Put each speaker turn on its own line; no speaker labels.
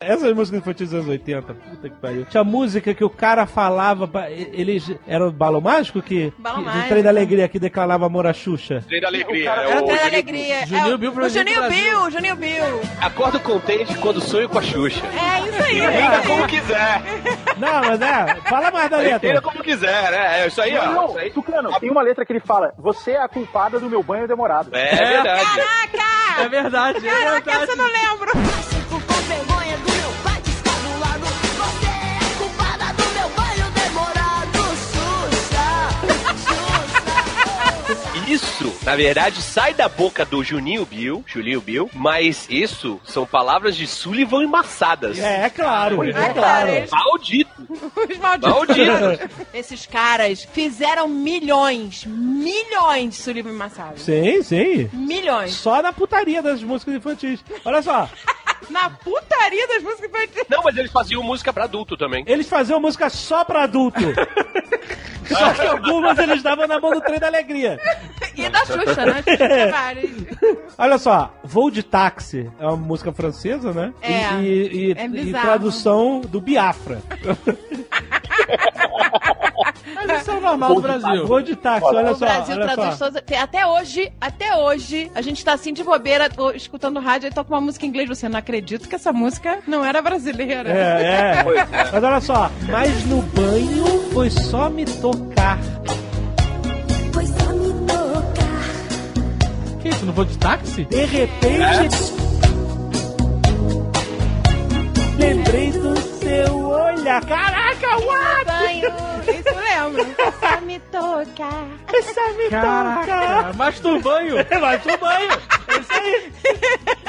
essas músicas infantis dos anos 80, puta que pariu. Tinha música que o cara falava. pra- Ele era o balão mágico que.
Balão
que Do
Mágico.
trem da alegria que declarava amor à Xuxa.
Trem da alegria.
Era
é
o
o
Trem da
Juninho-
Alegria.
Juninho
é, o-
Bill pra
o
gente
Juninho
do Brasil.
Bill, Juninho Bill.
Acordo contente quando sonho com a Xuxa.
É isso aí.
tá
Entenda como quiser.
Não, mas é. Fala mais da
Entenda
letra.
como quiser, né? É isso aí, ó.
Não,
Isso aí.
Tucano, tem uma letra que ele fala: Você é a culpada do meu banho demorado.
É, verdade.
Caraca!
É verdade, é
Caraca,
verdade.
essa eu não lembro.
Fico com vergonha do meu pai descabulado. Você é culpada do meu banho demorado. Xuxa, Xuxa.
Isso, na verdade, sai da boca do Juninho Bill, Julinho Bill, mas isso são palavras de Sullivan embaçadas.
É, é claro. É
Ai,
claro.
cara,
Maldito,
Os malditos.
maldito.
Esses caras fizeram milhões, milhões de Sullivan Massado.
Sim, sim.
Milhões.
Só na putaria das músicas infantis. Olha só,
Na putaria das músicas infantis.
Não, mas eles faziam música pra adulto também.
eles faziam música só pra adulto. Só que algumas eles davam na mão do trem da alegria.
E da Xuxa, né? Xuxa Tavares.
Olha só, Voo de Táxi é uma música francesa, né? E-
É.
E, e-
É
e
bizarro.
tradução do Biafra.
Mas isso é o normal do Brasil.
Voo de Táxi, olha
o
só.
Brasil
olha
traduz
só.
todas. tem- Até hoje, até hoje, a gente tá assim de bobeira, tô escutando rádio e toca uma música em inglês. Você não acredita que essa música não era brasileira.
É, é.
né?
Mas olha só, mas no banho foi só me tocar.
Foi só me tocar.
Que isso? Não vou de táxi?
De repente.
É.
Lembrei do seu olhar. Caraca, uau!
Banho, isso eu lembro. Só me tocar.
é
Essa me toca!
Caraca, mas no banho.
Vai pro banho! É isso aí!